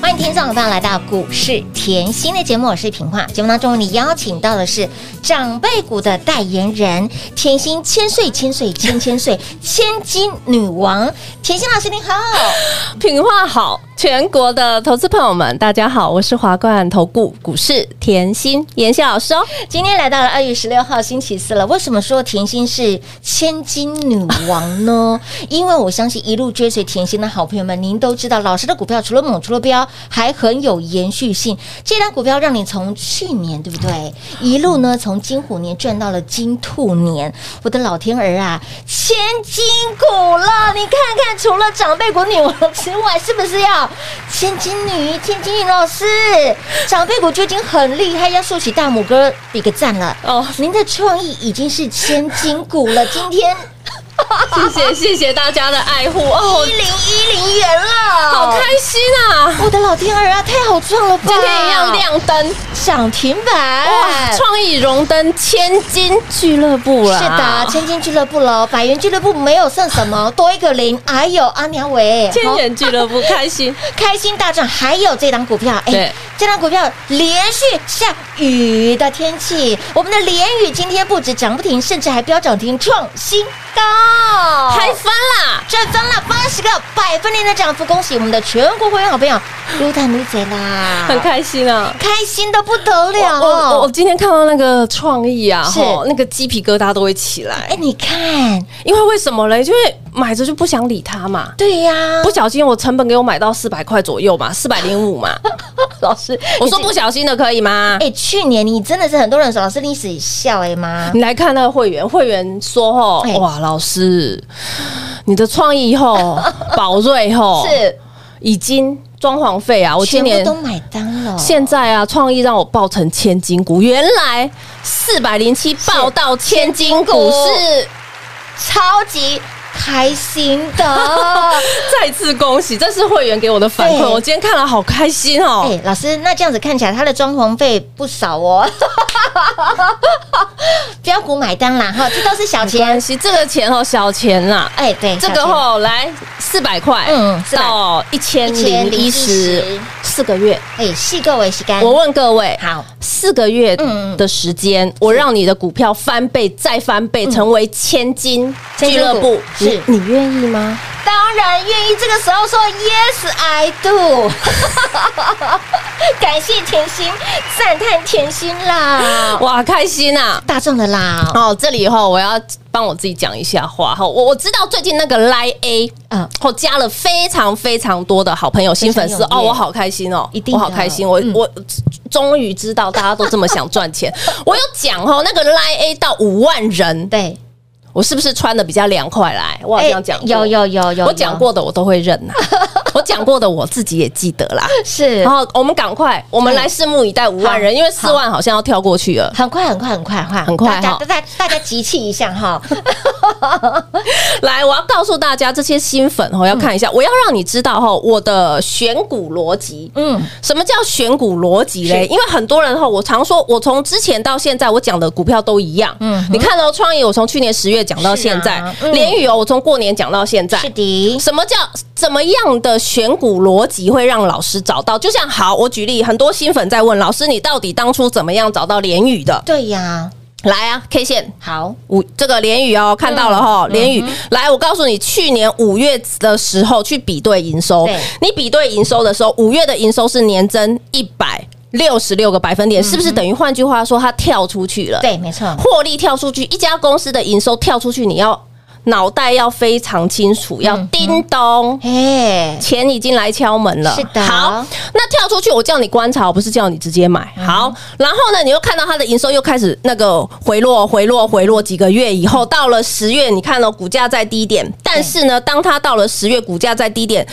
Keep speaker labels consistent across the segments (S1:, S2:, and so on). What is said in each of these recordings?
S1: 欢迎听众朋友来到股市甜心的节目，我是平化。节目当中，你邀请到的是长辈股的代言人甜心，千岁千岁千千岁， 千金女王甜心老师，您好。
S2: 品话好，全国的投资朋友们，大家好，我是华冠投顾股市甜心妍希老师哦。
S1: 今天来到了二月十六号星期四了，为什么说甜心是千金女王呢？因为我相信一路追随甜心的好朋友们，您都知道，老师的股票除了猛除了标，还很有延续性。这张股票让你从去年对不对，一路呢从金虎年赚到了金兔年，我的老天儿啊，千金股了！你看看，除了长辈股女王之外，是不是要千金女？千金女老师，长辈股就已经很厉害，要竖起大拇哥比个赞了。
S2: 哦，
S1: 您的创意已经是千金股了，今天
S2: 谢谢谢谢大家的爱护哦
S1: 一，零一零元了，
S2: 好开心啊！
S1: 我的老天儿啊，太好赚了吧！
S2: 今天一样亮啊灯，
S1: 涨停板，
S2: 哇，创意荣登千金俱乐部了。
S1: 是的，千金俱乐部喽，百元俱乐部没有剩什么，多一个零。哎呦，阿娘喂，
S2: 千
S1: 好
S2: 人俱乐部开 心，
S1: 开心大涨，还有这档股票，哎
S2: 对，
S1: 这档股票连续下雨的天气，我们的连雨今天不止涨不停，甚至还飙涨停创新高，
S2: 开翻啦！
S1: 赚翻了八十个百分点的涨幅，恭喜我们的全国会员好朋友撸蛋撸贼啦，
S2: 很开心啊！
S1: 开心的不得了
S2: 我我我
S1: 哦！
S2: 今天看到那个创意啊，
S1: 是
S2: 吼，那个鸡皮疙瘩都会起来
S1: 哎，，你看，
S2: 因为为什么嘞？因为买着就不想理它嘛。
S1: 对 呀
S2: 不，小心我成本给我买到四百块左右嘛，四百 零五嘛。
S1: 老师，
S2: 我说不小心的可以吗？
S1: 哎，去年你真的是很多人说老师你死笑哎妈，
S2: 你来看那个会员，会员说吼
S1: 哎，
S2: 哇，老师，你的创意吼，宝瑞吼，
S1: 是
S2: 已经装潢费啊，哦我今
S1: 全
S2: 年
S1: 部都买单了，
S2: 现在啊，创意让我爆成千金股，原来四百零七爆到千金股是。
S1: 超级开心
S2: 哦
S1: 的。
S2: 再次恭喜，这是会员给我的反馈，
S1: 对
S2: 我今天看了好开心哦
S1: 哎、。老师，那这样子看起来，他的装潢费不少哦。 标股买单啦，哈，这都是小
S2: 没关
S1: 钱。
S2: 系，这个钱哦，小钱啦，
S1: 哎、对，
S2: 这
S1: 小
S2: 个
S1: 钱
S2: 吼来四百块，
S1: 嗯
S2: 嗯，
S1: 400
S2: 到一千零一十
S1: 1010
S2: 四个月。
S1: 哎，细够为细干。
S2: 我问各位，
S1: 好，
S2: 四个月
S1: 嗯
S2: 的时间，我让你的股票翻倍再翻倍，成为千金
S1: 千金
S2: 俱乐部
S1: 股，是
S2: 你你愿意吗？
S1: 当然愿意这个时候说 Yes I do。感谢甜心，赞叹甜心啦，
S2: 哇，开心啊！
S1: 大众的啦，
S2: 哦，这里以后我要帮我自己讲一下话哈。我我知道最近那个 Line A，
S1: 嗯
S2: 嗯，后加了非常非常多的好朋友、新粉丝
S1: 非常
S2: 哦，
S1: 踊跃
S2: 我好开心哦，
S1: 一定的
S2: 我好开心，我、
S1: 嗯
S2: 我终于知道大家都这么想赚 钱。我有讲哦，那个 Line A 到五万人，
S1: 对，
S2: 我是不是穿的比较凉快来？我好像讲过、
S1: 哎有有有有，
S2: 我讲过的我都会认 呐、我讲过的我自己也记得啦。
S1: 有是
S2: 然，后我们赶快，我们来拭目以待五万人，
S1: 好
S2: 因为四万好像要跳过去了。
S1: 很快很快很快哈，
S2: 很快
S1: 大家
S2: 哈
S1: 大家大家集气一下 哈，
S2: 来，我要告诉大家，这些新粉哦，要看一下，我要让你知道哦，我的选股逻辑。
S1: 嗯，
S2: 什么叫选股逻辑嘞？因为很多人哈，我常说，我从之前到现在，我讲的股票都一样。
S1: 嗯
S2: 嗯
S1: 哼，
S2: 你看哦，创意我从去年十月讲到现在
S1: 是啊，嗯
S2: 联宇哦，我从过年讲到现在
S1: 是。的，
S2: 什么叫怎么样的选股逻辑会让老师找到？就像好，我举例，很多新粉在问老师，你到底当初怎么样找到联宇的？
S1: 对呀、
S2: 来啊，K 线
S1: 好，
S2: 五这个联宇
S1: 嗯
S2: 哦，看到了哈、联宇、来，我告诉你，去年五月的时候去比对营收
S1: 对，
S2: 你比对营收的时候，五月的营收是年增一百六十六个百分点，是不是等于换句话说，它跳出去了？，
S1: 嗯对，没错，
S2: 获利跳出去，一家公司的营收跳出去，你要脑袋要非常清楚，要
S1: 嗯
S2: 叮咚。
S1: 哎，
S2: 钱已经来敲门了，
S1: 是的
S2: 好，那跳出去，我叫你观察，我不是叫你直接买。
S1: 嗯
S2: 好，然后呢，你又看到它的营收又开始那个回落、回落、回落，几个月以后，到了十月，你看哦，股价在低点，但是呢，当它到了十月，股价在低点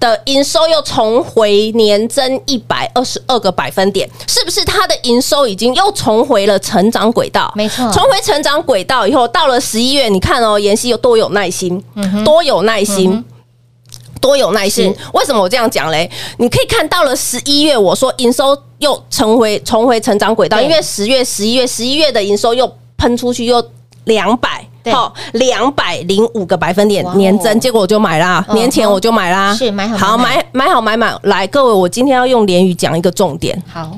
S2: 的营收又重回年增一百二十二个百分点，是不是它的营收已经又重回了成长轨道？
S1: 没错
S2: 重回成长轨道以后，到了十一月，你看哦，妍希有多有耐心，
S1: 嗯
S2: 多有耐心。多有耐心
S1: 是。
S2: 为什么我这样讲嘞？你可以看到了十一月，我说营收又重回重回成长轨道，
S1: 对
S2: 因为十月、十一月、十一月的营收又喷出去，又两百。
S1: 对
S2: 好，两百零五个百分点
S1: 哇哦
S2: 年增，结果我就买啦，
S1: 嗯
S2: 年前我就买啦，
S1: 是买好
S2: 好
S1: 买
S2: 买买好买满来，各位，我今天要用连语讲一个重点，
S1: 好，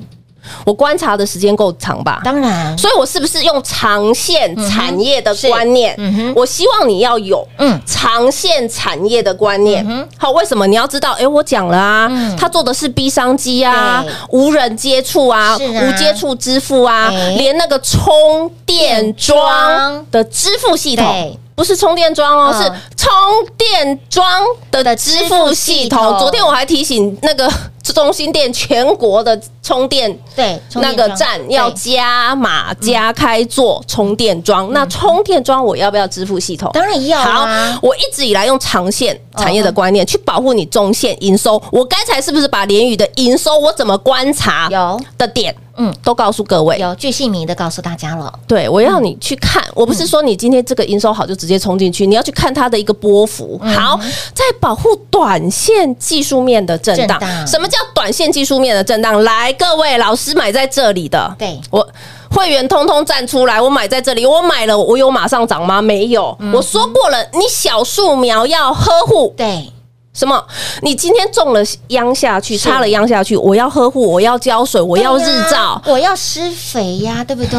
S2: 我观察的时间够长吧？
S1: 当然，
S2: 所以我是不是用长线产业的观念？
S1: 嗯哼
S2: 我希望你要有
S1: 嗯
S2: 长线产业的观念。好，为什么你要知道？诶，我讲了啊，他做的是 B 商机啊
S1: 嗯对，
S2: 无人接触啊，
S1: 是啊哎
S2: 无接触支付啊，
S1: 诶
S2: 连那个充电桩的支付系统
S1: 对。
S2: 不是充电桩哦，
S1: 嗯
S2: 是充电桩的
S1: 的
S2: 支
S1: 支
S2: 付
S1: 付
S2: 系
S1: 系
S2: 统。
S1: 统
S2: 昨天我还提醒那个中心店全国的充电
S1: 对，充
S2: 那
S1: 电
S2: 个
S1: 桩
S2: 站要
S1: 对嗯
S2: 加码加开做充电桩，那充电桩我要不要支付系统？
S1: 当然要
S2: 好
S1: 啊，，嗯
S2: 我一直以来用长线产业的观念去保护你中线营收。我刚才是不是把联宇的营收我怎么观察
S1: 有
S2: 的点，嗯
S1: 嗯，
S2: 都告诉各位。
S1: 有嗯巨细靡的告诉大家了，
S2: 对，我要你去看，我不是说你今天这个营收好就直接冲进去，你要去看它的一个波幅。
S1: 嗯
S2: 好，在保护短线技术面的震荡
S1: 震，荡
S2: 什么叫短线技术面的震荡？来，各位老师买在这里的，
S1: 对
S2: 我。会员通通站出来！我买在这里，我买了，我有马上涨吗？没有。
S1: 嗯
S2: 我说过了，你小树苗要呵护，
S1: 对，
S2: 什么？你今天种了秧下去，
S1: 是
S2: 插了秧下去，我要呵护，我要浇水，我要日
S1: 对啊
S2: 照
S1: 呀，我要施肥呀，对不对？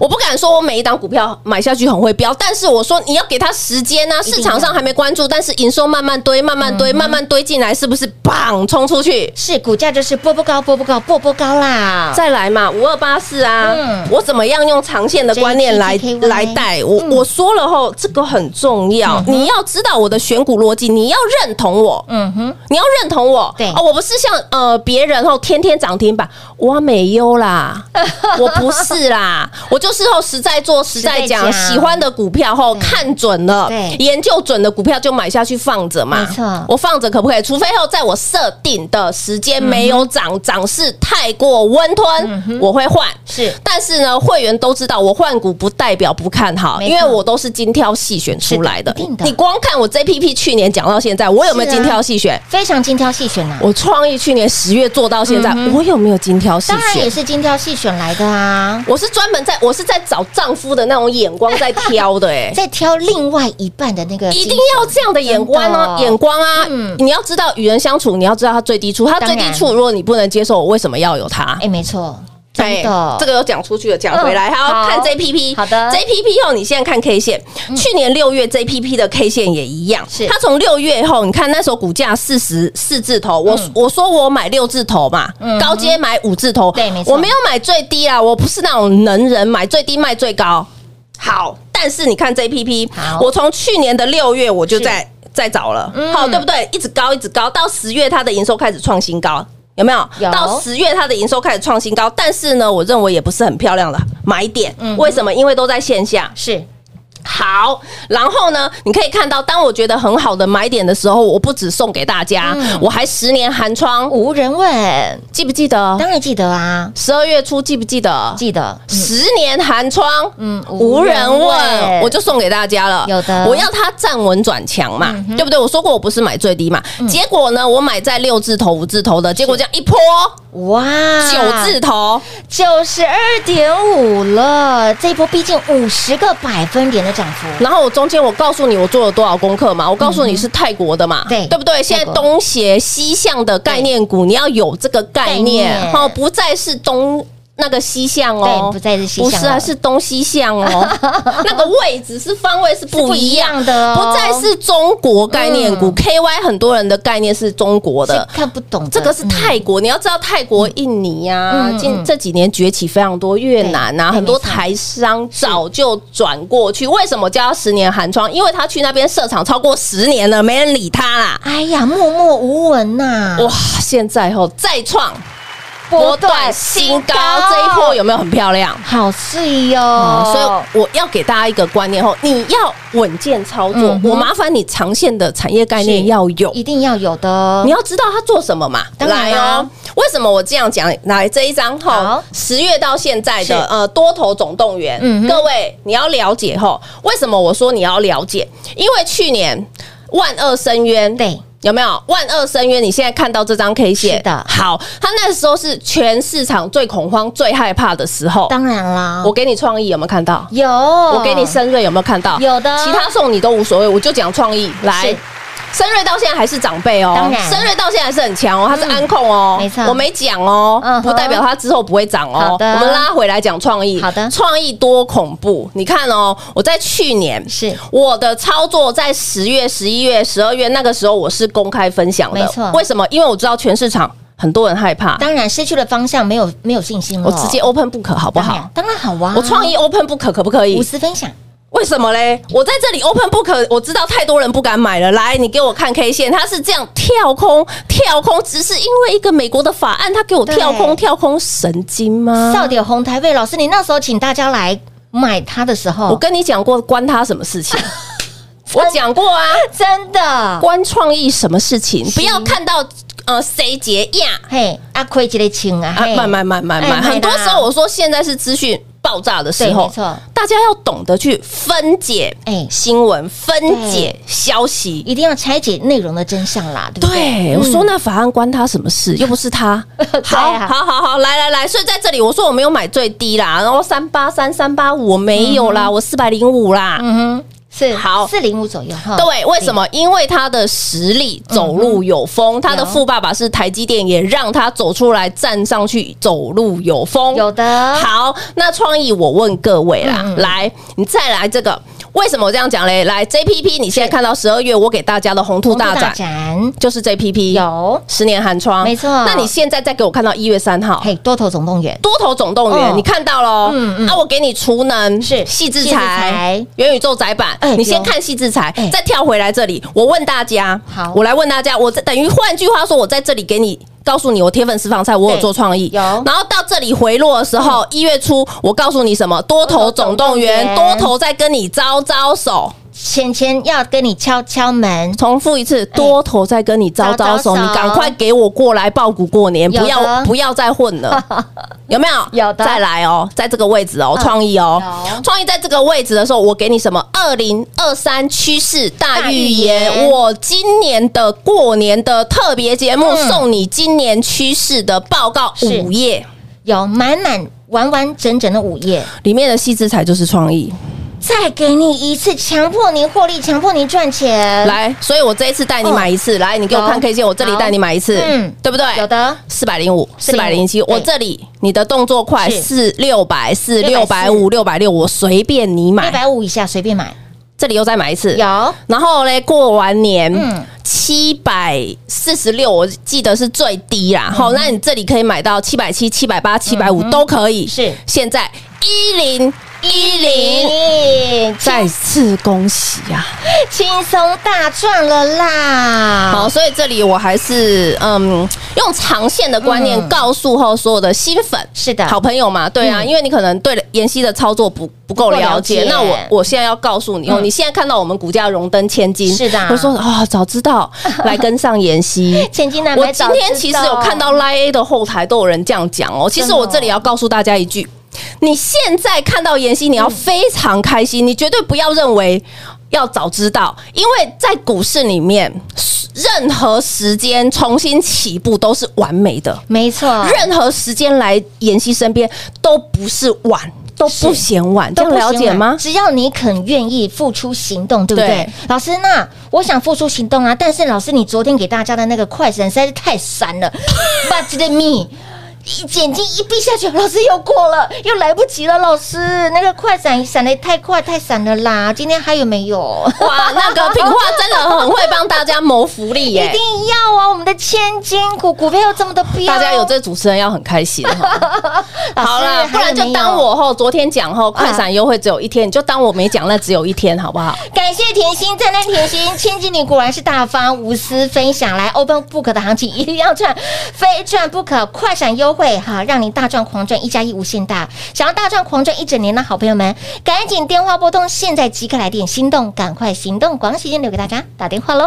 S2: 我不敢说我每一档股票买下去很会飙，但是我说你要给它时间啊，
S1: 一定嗯
S2: 市场上还没关注，但是营收慢慢堆，慢慢堆，慢慢堆进来，是不是砰冲出去？
S1: 是股价就是波波高，波波高，波波高啦，
S2: 再来嘛，五二八四啊，
S1: 啊嗯
S2: 我怎么样用长线的观念来
S1: JTTKY
S2: 来带我？我说了吼，这个很重要，你要知道我的选股逻辑，你要认同我，
S1: 嗯哼，
S2: 你要认同我，
S1: 对
S2: 哦，我不是像呃别人哦，天天涨停板，我没有 啦，我不是啦，我就是哦实在做实在讲，
S1: 实在讲
S2: 喜欢的股票哦
S1: 对
S2: 看准了
S1: 对，
S2: 研究准的股票就买下去放着嘛，
S1: 没错
S2: 我放着可不可以？除非哦后在我设定的时间
S1: 嗯
S2: 没有涨，涨势太过温吞，我会换。
S1: 是
S2: 但是呢，会员都知道，我换股不代表不看好，
S1: 没
S2: 因
S1: 错
S2: 为我都是精挑细选出来的
S1: 是的一定。的
S2: 你光看我 JPP 去年讲到现在，我有没有
S1: 是啊
S2: 精挑细选？
S1: 非常精挑细选啊呐，
S2: 我创意去年十月做到现在，我有没有精挑
S1: 嗯
S2: 细
S1: 当然也
S2: 选？
S1: 是精挑细选来的啊，
S2: 我是专门在，我是在找丈夫的那种眼光在挑 的、欸，
S1: 再挑另外一半的那个精
S2: 一
S1: 神，
S2: 定要这样的眼光哦，
S1: 真的
S2: 眼光啊！
S1: 嗯
S2: 你要知道与人相处，你要知道他最低处，他
S1: 当
S2: 最
S1: 然
S2: 低处，如果你不能接受，我为什么要有他？
S1: 哎，没错，
S2: 哎
S1: 真的，
S2: 这个有讲出去了，讲回来，
S1: 嗯
S2: 还要看
S1: 好
S2: JPP。
S1: 好的嗯
S2: ，JPP 哦后你现在看 K 线，去年六月 JPP 的 K 线也一样，
S1: 是
S2: 它从六月后，你看那时候股价四十四字头，
S1: 嗯
S2: 我我说我买六字头嘛，高阶买五字头，
S1: 对没错
S2: 我没有买最低啊，我不是那种能人买最低卖最高。好，但是你看 JPP，
S1: 好
S2: 我从去年的六月我就在
S1: 是。
S2: 在找了，
S1: 嗯
S2: 好，对不对？一直高，一直高，到十月它的营收开始创新高，有没有？
S1: 有
S2: 到十月它的营收开始创新高，但是呢，我认为也不是很漂亮的买点。
S1: 嗯
S2: 为什么？因为都在线下。
S1: 是
S2: 好，然后呢，你可以看到，当我觉得很好的买点的时候，我不只送给大家，
S1: 嗯
S2: 我还十年寒窗，
S1: 无人问，
S2: 记不记得？
S1: 当然记得啊，
S2: 十二月初记不记得？
S1: 记得，嗯
S2: 十年寒窗，
S1: 嗯
S2: 无人
S1: 无人
S2: 问，
S1: 问
S2: 我就送给大家了。
S1: 有的嗯
S2: 我要它站稳转强嘛，对不对？我说过我不是买最低嘛，结果呢，我买在六字头、五字头的，结果这样一波
S1: 哇，
S2: 九字头，
S1: 九十二点五了，这一波逼近五十个百分点的涨幅，
S2: 然后我中间我告诉你我做了多少功课嘛，我告诉你是泰国的嘛，
S1: 嗯对
S2: 对不对？现在
S1: 泰国
S2: 东协西向的概念股，你要有这个概念
S1: 概，念
S2: 哦，不再是东。那个西向哦，
S1: 对不再是西向
S2: 不是啊，
S1: 了
S2: 是东西向 哦。那个位置是方位是不一样
S1: 是不一样的哦
S2: 不再是中国概念股。
S1: 嗯
S2: KY 很多人的概念是中国的
S1: 是，看不懂的，
S2: 这个是泰国，你要知道泰国、印尼呀、啊，
S1: 嗯
S2: 近、
S1: 嗯
S2: 这几年崛起非常多，越南啊，
S1: 对
S2: 很多
S1: 没错
S2: 台商早就转过去。为什么叫他十年寒窗？因为他去那边设厂超过十年了，没人理他啦。
S1: 嗯哎呀，默默无闻呐，
S2: 哇，现在吼再创波段新高，这一波有没有很漂亮？
S1: 好细哟、
S2: 哦，所以我要给大家一个观念后，你要稳健操作。
S1: 嗯哼
S2: 我麻烦你长线的产业概念要有，
S1: 一定要有的。哦
S2: 你要知道它做什么嘛。
S1: 当然
S2: 来
S1: 啦
S2: 哦，为什么我这样讲？来这一张
S1: 好
S2: 哈，十月到现在
S1: 是
S2: 的呃多头总动员
S1: 嗯哼，
S2: 各位你要了解后，为什么我说你要了解？因为去年万恶深渊
S1: 对。
S2: 有没有万恶深渊？你现在看到这张 K 线，
S1: 是的
S2: 好，它那时候是全市场最恐慌、最害怕的时候。
S1: 当然啦，
S2: 我给你创意有没有看到？
S1: 有，
S2: 我
S1: 我
S2: 给你深瑞有没有看到？
S1: 有的
S2: 其他送你都无所谓，我就讲创意来
S1: 是。
S2: 深瑞到现在还是长辈哦，
S1: 当然嗯
S2: 深瑞到现在还是很强哦，它是安控哦，
S1: 没错
S2: 我没讲哦
S1: 嗯，哼
S2: 不代表它之后不会涨哦。
S1: 好
S2: 我
S1: 的
S2: 们拉回来讲创意，
S1: 好的
S2: 创意多恐怖！你看哦，我在去年
S1: 是
S2: 我的操作在十月、十一月、十二月那个时候我是公开分享的，
S1: 没错
S2: 为什么？因为我知道全市场很多人害怕，
S1: 当然失去了方向，没有没有信心了。
S2: 我直接 open book 好不
S1: 当
S2: 好
S1: 然？当然好啊，
S2: 我创意 open book 可不可以
S1: 无？私分享，
S2: 为什么嘞？我在这里 open book，我知道太多人不敢买了。来，你给我看 K 线，它是这样跳空，跳空，只是因为一个美国的法案，它给我跳空，
S1: 对
S2: 跳空，神经吗？
S1: 少点红台位老师，你那时候请大家来买它的时候，
S2: 我跟你讲过，关他什么事情？ 我讲过啊，
S1: 真的，
S2: 关创意什么事情？
S1: 是
S2: 不要看到呃谁结呀
S1: 嘿，阿亏这类请啊，
S2: 啊，
S1: 嘿
S2: 慢慢慢慢
S1: 哎
S2: 慢，
S1: 买啦
S2: 很多时候我说现在是资讯爆炸的时
S1: 对，没
S2: 候，
S1: 错，
S2: 大家要懂得去分解
S1: 哎
S2: 新闻，分解消息，
S1: 一定要拆解内容的真相啦，对不对？
S2: 对，我说
S1: 嗯
S2: 那法案关他什么事？又不 是他
S1: 对。
S2: 好
S1: 啊
S2: 好好好，来来来，所以在这里我说我没有买最低啦，然后三八三三八五我没有啦，我四百零五啦。
S1: 嗯哼，是
S2: 好
S1: 四零五左右哈，
S2: 对，为什么？因为他的实力走路有
S1: 嗯
S2: 风，他的富爸爸是台积电，也让他走出来站上去，走路有风。
S1: 有的，
S2: 好，那创意我问各位啦，
S1: 嗯嗯
S2: 来，你再来这个，为什么我这样讲嘞？来，JPP，你现在看到十二月我给大家的红兔
S1: 红兔
S2: 大展，
S1: 展
S2: 就是 JPP
S1: 有，
S2: 十年寒窗，
S1: 没错
S2: 那你现在再给我看到一月三号。
S1: 嘿，多头总动员，
S2: 多头总动
S1: 哦
S2: 员，你看到喽？
S1: 嗯
S2: 嗯
S1: 嗯
S2: 嗯，啊，我给你储能
S1: 是
S2: 细制
S1: 细制裁
S2: 裁、元宇宙窄板
S1: 哎，
S2: 你先
S1: 有
S2: 看细制裁
S1: 哎，
S2: 再跳回来这里。我问大家，
S1: 好
S2: 我来问大家，我在等于换句话说，我在这里给你告诉你，我铁粉私房菜，我有
S1: 对
S2: 做创意，
S1: 有嗯
S2: 然后到这里回落的时候，一月初我告诉你什么？多头总动员，
S1: 多头总动员
S2: 多头在跟你招招手。
S1: 钱钱要跟你敲敲门，
S2: 重复一次，多头在跟你招招
S1: 招
S2: 手，
S1: 哎招手
S2: 你赶快给我过来爆股过年，
S1: 有的
S2: 不要不要再混 了，有没有？
S1: 有的
S2: 再来哦，在这个位置哦，
S1: 嗯
S2: 创意哦
S1: 有，
S2: 创意在这个位置的时候，我给你什么？二零二三趋势大预
S1: 大预言
S2: 言，我今年的过年的特别节目
S1: 嗯
S2: 送你今年趋势的报告
S1: 是
S2: 五页，
S1: 有满满完完整整的午夜，
S2: 里面的细资材就是创意。
S1: 再给你一次，强迫您获利，强迫您赚钱。，
S2: 来，所以我这一次带你买一次，来，你给我
S1: 好
S2: 看 K 线，我这里
S1: 好
S2: 带你买一次
S1: 嗯，
S2: 对不对？
S1: 有的
S2: 四百零五、四百零
S1: 405
S2: 七，我这里你的动作快，
S1: 是
S2: 四六百四、六百
S1: 640
S2: 五、六百六，我随便你
S1: 六
S2: 买，
S1: 百五以下随便买，
S2: 这里又再买一次。
S1: 有
S2: 然后嘞，过完年
S1: 嗯
S2: 七百四十六，我记得是最低啦。好，那你这里可以买到七百七、七百八、七百五都可以。
S1: 是
S2: 现在一零一零，
S1: 零，
S2: 再次恭喜呀！
S1: 轻松大赚了啦！
S2: 好，，所以这里我还是嗯，用长线的观念
S1: 嗯
S2: 告诉后所有的新粉，
S1: 是的
S2: 好朋友嘛，对啊，
S1: 嗯
S2: 因为你可能对妍希的操作不不够了解，
S1: 不够了解
S2: 那我我现在要告诉你哦，
S1: 嗯
S2: 你现在看到我们股价荣登千金，
S1: 是的
S2: 我说啊、早知道来跟上妍 希。
S1: 千金难
S2: 我
S1: 买
S2: 今
S1: 早
S2: 天
S1: 知
S2: 其实
S1: 道
S2: 有看到 Line A 的后台都有人这样讲哦，其实
S1: 真的哦
S2: 我这里要告诉大家一句。你现在看到妍希，你
S1: 嗯
S2: 要非常开心，你绝对不要认为要早知道，因为在股市里面，任何时间重新起步都是完美的，
S1: 没错，
S2: 任何时间来妍希身边都不是晚，都不嫌晚，这
S1: 都
S2: 样
S1: 不
S2: 了
S1: 行欸
S2: 解吗？
S1: 只要你肯愿意付出行动，对不对？
S2: 对
S1: 老师，那我想付出行动啊，但是老师，你昨天给大家的那个快闪实在是太闪 了，把这个米。一眼睛一闭下去，老师又过了，又来不及了。老师，那个快闪闪的太快，太闪了啦！今天还有没有？
S2: 哇，那个品化真的很会帮大家谋福利 耶、
S1: 一定要啊！我们的千金股股票有这么的标，
S2: 大家有这主持人要很开心哦哈。
S1: 老师
S2: 好啦，不
S1: 还有
S2: 然
S1: 没有
S2: 就当我后昨天讲后快闪优惠只有一天，你就当我没讲，那只有一天，好不好？
S1: 感谢甜心，赞叹甜心，千金女果然是大方无私分享。来，Open Book 的行情一定要赚，非赚不可！快闪优惠哈，让你大赚狂赚，一加一无限大。想要大赚狂赚一整年的好朋友们，赶紧电话拨通，现在即刻来电，心动赶快行动，广告时间留给大家打电话喽。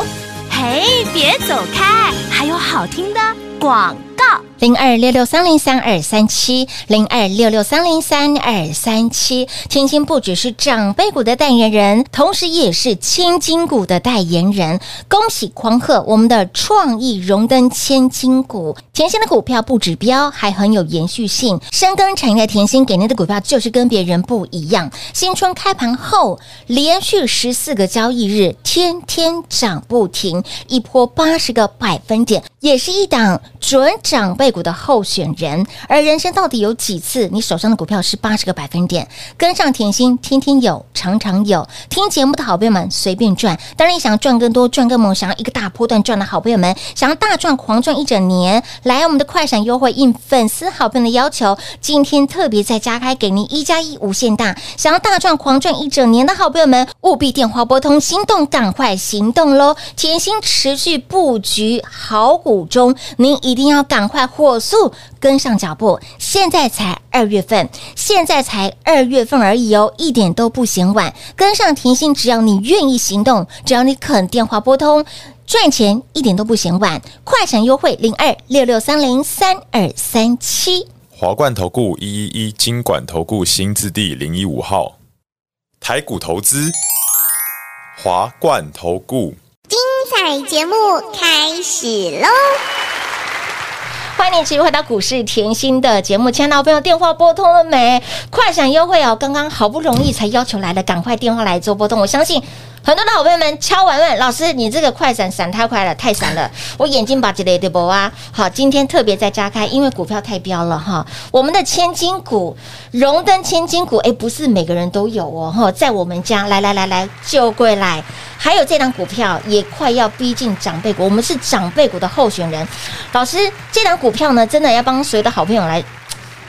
S3: 嘿，别走开，还有好听的广告。
S1: 零二六六三零三二三七，零二六六三零三二三七。甜心不只是长辈股的代言人，同时也是千金股的代言人。恭喜狂贺我们的创意荣登千金股，甜心的股票不指标，还很有延续性。深耕产业的甜心给您的股票就是跟别人不一样。新春开盘后，连续十四个交易日，天天涨不停，一波八十个百分点，也是一档准长辈股的候选人。而人生到底有几次你手上的股票是八十个百分点？跟上甜心，天天有，常常有。听节目的好朋友们，随便赚。当然，你想赚更多、赚更猛，想要一个大波段赚的好朋友们，想要大赚狂赚一整年，来我们的快闪优惠，应粉丝好朋友的要求，今天特别再加开给您一加一无限大。想要大赚狂赚一整年的好朋友们，务必电话拨通，心动赶快行动喽！甜心持续布局好股中，您一定要赶快火速跟上脚步。现在才二月份，现在才二月份而已哦，一点都不嫌晚。跟上甜心，只要你愿意行动，只要你肯电话拨通。赚钱一点都不嫌晚，快闪优惠零二六六三零三二三七。
S4: 华冠投顾一一一金管投顾新字第零一五号，台股投资，华冠投顾。
S5: 彩节目开始喽！
S1: 欢迎你持续回到股市甜心的节目，亲爱的朋友，电话拨通了没？快闪优惠哦，刚刚好不容易才要求来的，赶快电话来做拨通。我相信很多的好朋友们敲完问老师，你这个快闪闪太快了，太闪了，我眼睛把这雷对不啊？好，今天特别再加开，因为股票太飙了哈。我们的千金股荣登千金股，哎，不是每个人都有哦哈，在我们家来来来来就归来。还有这档股票也快要逼近长辈股，我们是长辈股的候选人。老师，这档股票呢，真的要帮所有的好朋友来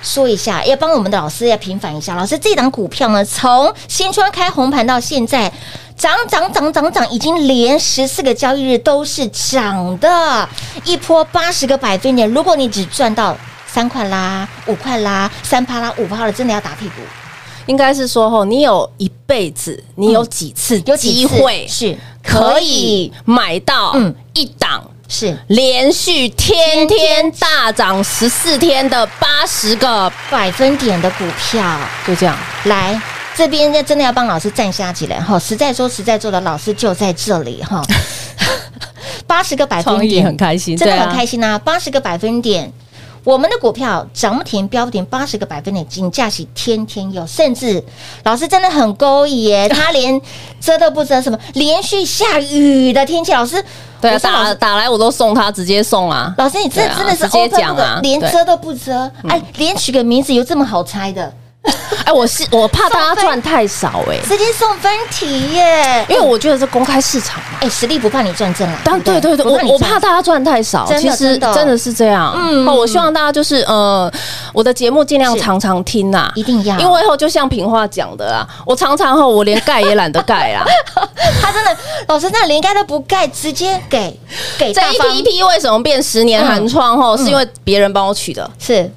S1: 说一下，要帮我们的老师要平反一下。老师，这档股票呢，从新春开红盘到现在，涨涨涨涨涨，已经连十四个交易日都是涨的，一波八十个百分点。如果你只赚到三块啦、五块啦、三趴啦、五趴了，真的要打屁股。
S2: 应该是说吼，你有一辈子，你嗯有几次
S1: 有几
S2: 机
S1: 次
S2: 会
S1: 是
S2: 可以买到
S1: 嗯
S2: 一档
S1: 是
S2: 连续天天大涨十四天的八十个，
S1: 百分点的股票？
S2: 就这样。
S1: 来。这边真的要帮老师站下起来哈！实在说实在做的，老师就在这里哈。 八十个百分
S2: 创意
S1: 点，
S2: 很开心，
S1: 真的
S2: 对啊
S1: 很开心啊！八十个百分点，我们的股票涨不停，飙不停，八十个百分点，金价是天天有，甚至老师真的很勾引 耶，他连遮都不遮，什么连续下雨的天气，老师，
S2: 对啊，
S1: 我说老
S2: 打
S1: 师
S2: 打来我都送他，直接送啊。
S1: 老师，你这
S2: 对啊
S1: 真的是
S2: 直接
S1: open
S2: 讲啊
S1: book，连
S2: 对嗯
S1: 遮都不遮，哎，连取个名字有这么好猜的，
S2: 哎，我是我怕大家
S1: 送分
S2: 赚太少哎，
S1: 直接送分题耶！
S2: 因为我觉得这公开市场嘛。
S1: 哎，实力不怕你赚正啦，
S2: 当对对对，
S1: 不
S2: 我
S1: 你
S2: 我
S1: 赚
S2: 怕大家赚太少，
S1: 真的
S2: 其实
S1: 真的
S2: 真的是这样。
S1: 嗯
S2: 嗯，我希望大家就是呃，我的节目尽量
S1: 是
S2: 常常听呐，
S1: 一定要
S2: 因为后就像平话讲的啊，我常常后我连盖也懒得盖 啦。
S1: 他真的老师，那连盖都不盖，直接给给
S2: 这
S1: 大
S2: 一
S1: 方嗯
S2: 批一批为什么变十年寒窗后，是因为别人帮我取的。
S1: 是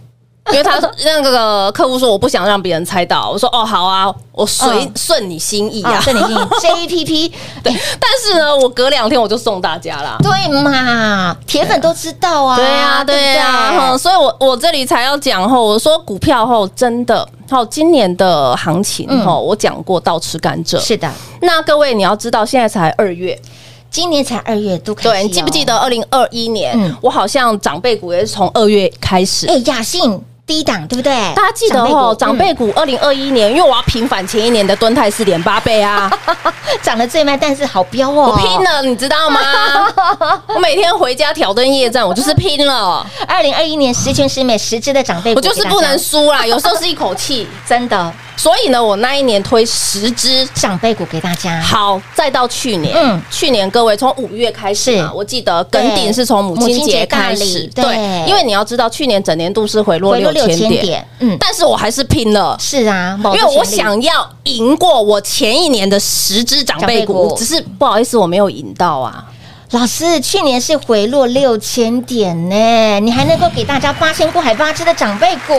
S2: 因为他那个客户说我不想让别人猜到，我说哦好啊，我随
S1: 嗯
S2: 顺你心意
S1: 啊
S2: 啊，。
S1: 这里进 JPP
S2: 对， 但是呢，我隔两天我就送大家啦。
S1: 对嘛，铁粉都知道啊，
S2: 对呀，哦对啊哦呀，
S1: 对不对
S2: 吼所以我我这里才要讲吼，我说股票吼真的，吼今年的行情
S1: 嗯
S2: 吼，我讲过倒吃甘蔗。
S1: 是的，
S2: 那各位你要知道，现在才二月，
S1: 今年才二月都开始哦
S2: 对，你啊记不记？得二零二一
S1: 嗯
S2: 年，我好像长辈股也是从二月开始
S1: 哎，。雅信低档对不对？
S2: 大家记得哦，长
S1: 嗯
S2: 辈股二零二一年，因为我要平反前一年的蹲泰四点八倍 啊，
S1: 嗯涨得最慢，但是好彪哦，
S2: 我拼！了，你知道 吗？我每天回家挑灯夜战，我就是拼了，
S1: 二零二一年十全十美十只的长辈股
S2: 我
S1: 给
S2: 就
S1: 大家，
S2: 是不能输啦，有时候是一口 气。
S1: 真的
S2: 所以呢，我那一年推十支，
S1: 长辈股给大家，
S2: 好，再到去年，
S1: 嗯
S2: 去年各位从五月开始嘛
S1: 是，
S2: 我记得跟
S1: 对
S2: 定是从母
S1: 母亲
S2: 亲
S1: 节
S2: 节
S1: 大
S2: 开
S1: 礼
S2: 始，
S1: 对
S2: 因为你要知道，去年整年度是回落
S1: 回落
S2: 六
S1: 六千
S2: 千点，
S1: 点，嗯，
S2: 但是我还是拼了。
S1: 是啊，因
S2: 因为我想要赢过我前一年的十只长辈
S1: 长辈股
S2: 股，只是不好意思我没有赢到啊。
S1: 老师，去年是回落六千点呢，你还能够给大家八千股海八只的长辈股，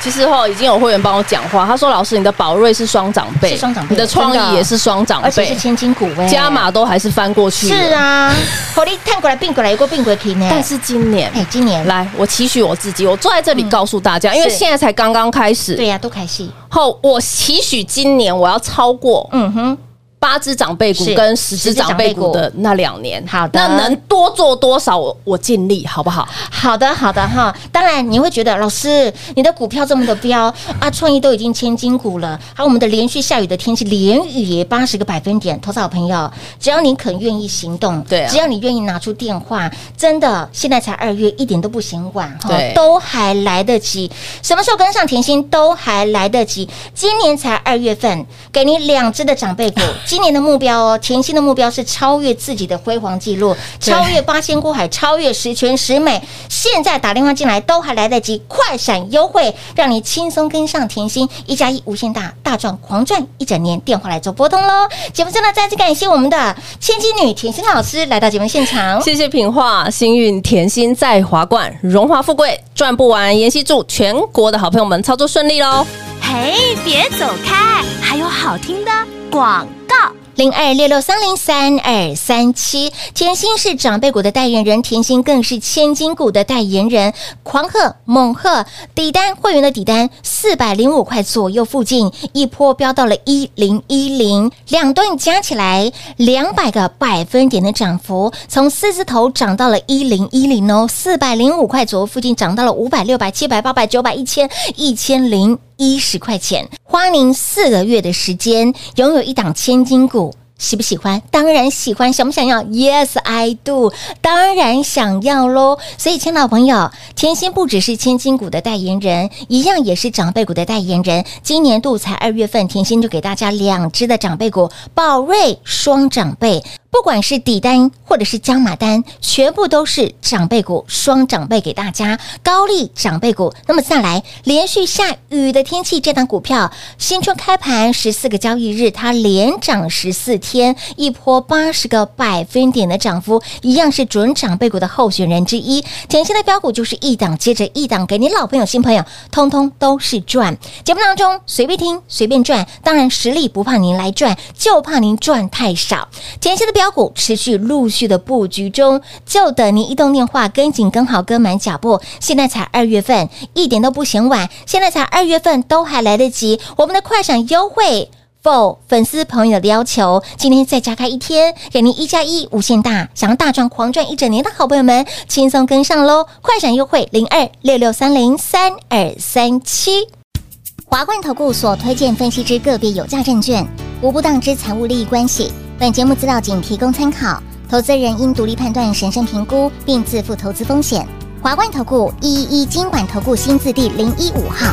S2: 其实哈，已经有会员帮我讲话，他说：“老师，你的宝瑞是双长辈，
S1: 是双长辈
S2: 你的创
S1: 真的
S2: 意也是双长
S1: 而且是
S2: 辈，
S1: 千金股哎，
S2: 加码都还是翻过去。”
S1: 是， 啊，火力探过来并过来，一过并过去呢。
S2: 但是今年
S1: 哎，今年
S2: 来，我期许我自己，我坐在这里告诉大家，因为
S1: 是
S2: 现在才刚刚开始
S1: 嗯对。呀，都开戏，
S2: 后，我期许今年我要超过
S1: 嗯哼，
S2: 八只长辈股
S1: 是
S2: 跟十只长辈
S1: 10只长
S2: 股
S1: 辈
S2: 的那两年。
S1: 好的
S2: 那能多做多少，我我尽力，好不好？
S1: 好的好的哈。当然你会觉得老师，你的股票这么的飙啊，创意都已经千金股了，还有我们的连续下雨的天气，连雨也八十个百分点。投资好朋友，只要你肯愿意行动，
S2: 对啊
S1: 只要你愿意拿出电话，真的现在才二月，一点都不嫌晚哈
S2: 对，
S1: 都还来得及。什么时候跟上甜心都还来得及。今年才二月份，给你两只的长辈股。今年的目标哦，甜心的目标是超越自己的辉煌记录，
S2: 对
S1: 超越八仙过海，超越十全十美。现在打电话进来都还来得及，快闪优惠，让你轻松跟上甜心，一加一无限大，大赚狂赚一整年。电话来做拨通喽。节目真的再次感谢我们的千金女甜心老师来到节目现场。
S2: 谢谢品画，幸运甜心在华冠，荣华富贵赚不完。妍希祝全国的好朋友们操作顺利喽！
S3: 嘿，别走开，还有好听的广告。
S1: 零二六六三零三二三七，甜心是长辈股的代言人，甜心更是千金股的代言人。狂贺猛贺，底单会员的底单四百零五块左右附近，一波飙到了一零一零，两顿加起来两百个百分点的涨幅，从四字头涨到了一零一零哦，四百零五块左右附近涨到了五百、六百、七百、八百、九百、一千、一千零一十块钱，花您四个月的时间，拥有一档千金股。喜不喜欢？当然喜欢。想不想要？Yes, I do。当然想要喽。所以，亲爱的朋友，甜心不只是千金股的代言人，一样也是长辈股的代言人。今年度才二月份，甜心就给大家两只的长辈股，宝瑞双长辈。不管是底单或者是加码单，全部都是长辈股、双长辈给大家，高利长辈股。那么再来，连续下雨的天气，这档股票新春开盘十四个交易日，它连涨十四天，一波八十个百分点的涨幅，一样是准长辈股的候选人之一。甜心的标股就是一档接着一档，给你老朋友、新朋友，通通都是赚。节目当中随便听、随便赚，当然实力不怕您来赚，就怕您赚太少。前期的标股持续陆续的布局中，就等您一通电话跟紧、跟好、跟满脚步。现在才二月份，一点都不嫌晚。现在才二月份，都还来得及。我们的快闪优惠。否粉丝朋友的要求，今天再加开一天，给您一加一无限大，想要大赚狂赚一整年的好朋友们，轻松跟上喽！快闪优惠零二六六三零三二三七。
S5: 华冠投顾所推荐分析之个别有价证券，无不当之财务利益关系。本节目资料仅提供参考，投资人应独立判断、审慎评估，并自负投资风险。华冠投顾一一一金管投顾新字第零一五号。